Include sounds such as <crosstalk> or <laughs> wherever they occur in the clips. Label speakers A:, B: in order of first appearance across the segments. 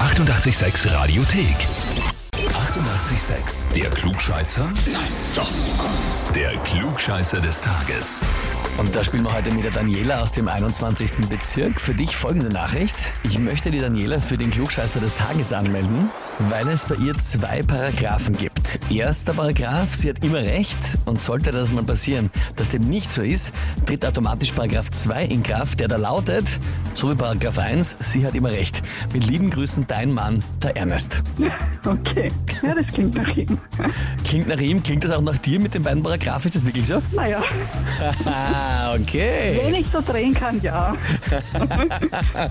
A: 886 Radiothek. 88,6. Der Klugscheißer? Nein, doch. Der Klugscheißer des Tages.
B: Und da spielen wir heute mit der Daniela aus dem 21. Bezirk. Für dich folgende Nachricht. Ich möchte die Daniela für den Klugscheißer des Tages anmelden, weil es bei ihr zwei Paragraphen gibt. Erster Paragraph, sie hat immer recht und sollte das mal passieren, dass dem nicht so ist, tritt automatisch Paragraph 2 in Kraft, der da lautet, so wie Paragraph 1, sie hat immer recht. Mit lieben Grüßen, dein Mann, der Ernest.
C: Okay, ja, das klingt nach ihm.
B: Klingt nach ihm, klingt das auch nach dir mit den beiden Paragraphen? Ist das wirklich so?
C: Naja,
B: Ah, okay.
C: wenn ich so drehen kann, ja.
B: Na,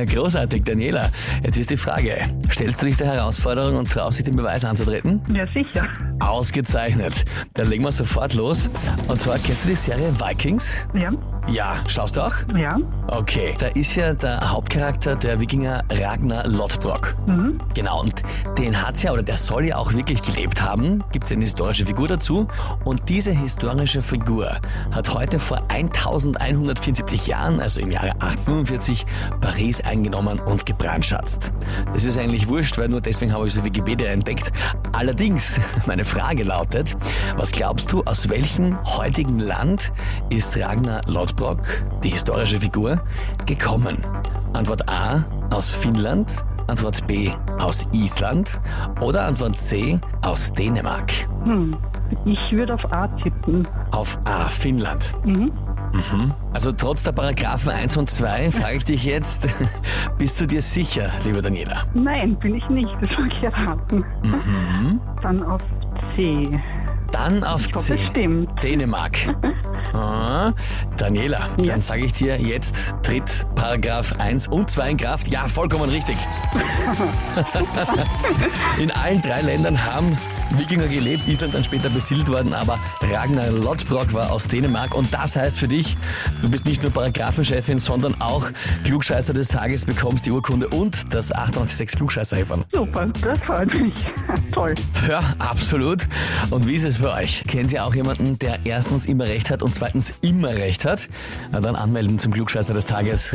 B: Äh, Großartig, Daniela. Jetzt ist die Frage, stellst du dich der Herausforderung und traust dich den Beweis anzutreten?
C: Ja, sicher.
B: Ausgezeichnet. Dann legen wir sofort los. Und zwar, kennst du die Serie Vikings?
C: Ja,
B: Ja, schaust du auch?
C: ja.
B: Okay, da ist ja der Hauptcharakter der Wikinger Ragnar Lodbrok. Genau, und den hat's ja, oder der soll ja auch wirklich gelebt haben. Gibt's eine historische Figur dazu. Und diese historische Figur hat heute vor 1174 Jahren, also im Jahre 845, Paris eingenommen und gebrandschatzt. Das ist eigentlich wurscht, weil nur deswegen habe ich so Wikipedia entdeckt. Allerdings, <laughs> meine Frage lautet, was glaubst du, aus welchem heutigen Land ist Ragnar Lodbrok, die historische Figur, gekommen? Antwort A aus Finnland, Antwort B aus Island oder Antwort C aus Dänemark?
C: Hm. Ich würde auf A tippen.
B: Auf A Finnland. Mhm. Also trotz der Paragraphen 1 und 2 frage ich dich jetzt, <laughs> bist du dir sicher, lieber Daniela?
C: Nein, bin ich nicht. Das mag ich erraten. Dann auf C.
B: Dann auf
C: Ich hoffe,
B: C.
C: es stimmt. <laughs>
B: Dänemark. Ah, Daniela,
C: Ja.
B: dann sage ich dir, jetzt tritt Paragraph 1 und 2 in Kraft. Ja, vollkommen
C: <laughs>
B: richtig. in allen drei Ländern haben Wikinger gelebt, Island dann später besiedelt worden, aber Ragnar Lodbrok war aus Dänemark und das heißt für dich, du bist nicht nur Paragraphenchefin, sondern auch Klugscheißer des Tages, bekommst die Urkunde und das 886 Klugscheißerhefern.
C: Super, das freut mich. <laughs> Toll.
B: Ja, absolut. Und wie ist es bei euch? Kennt ihr auch jemanden, der erstens immer recht hat und zweitens immer recht hat? Na dann anmelden zum Glückscheißer des Tages,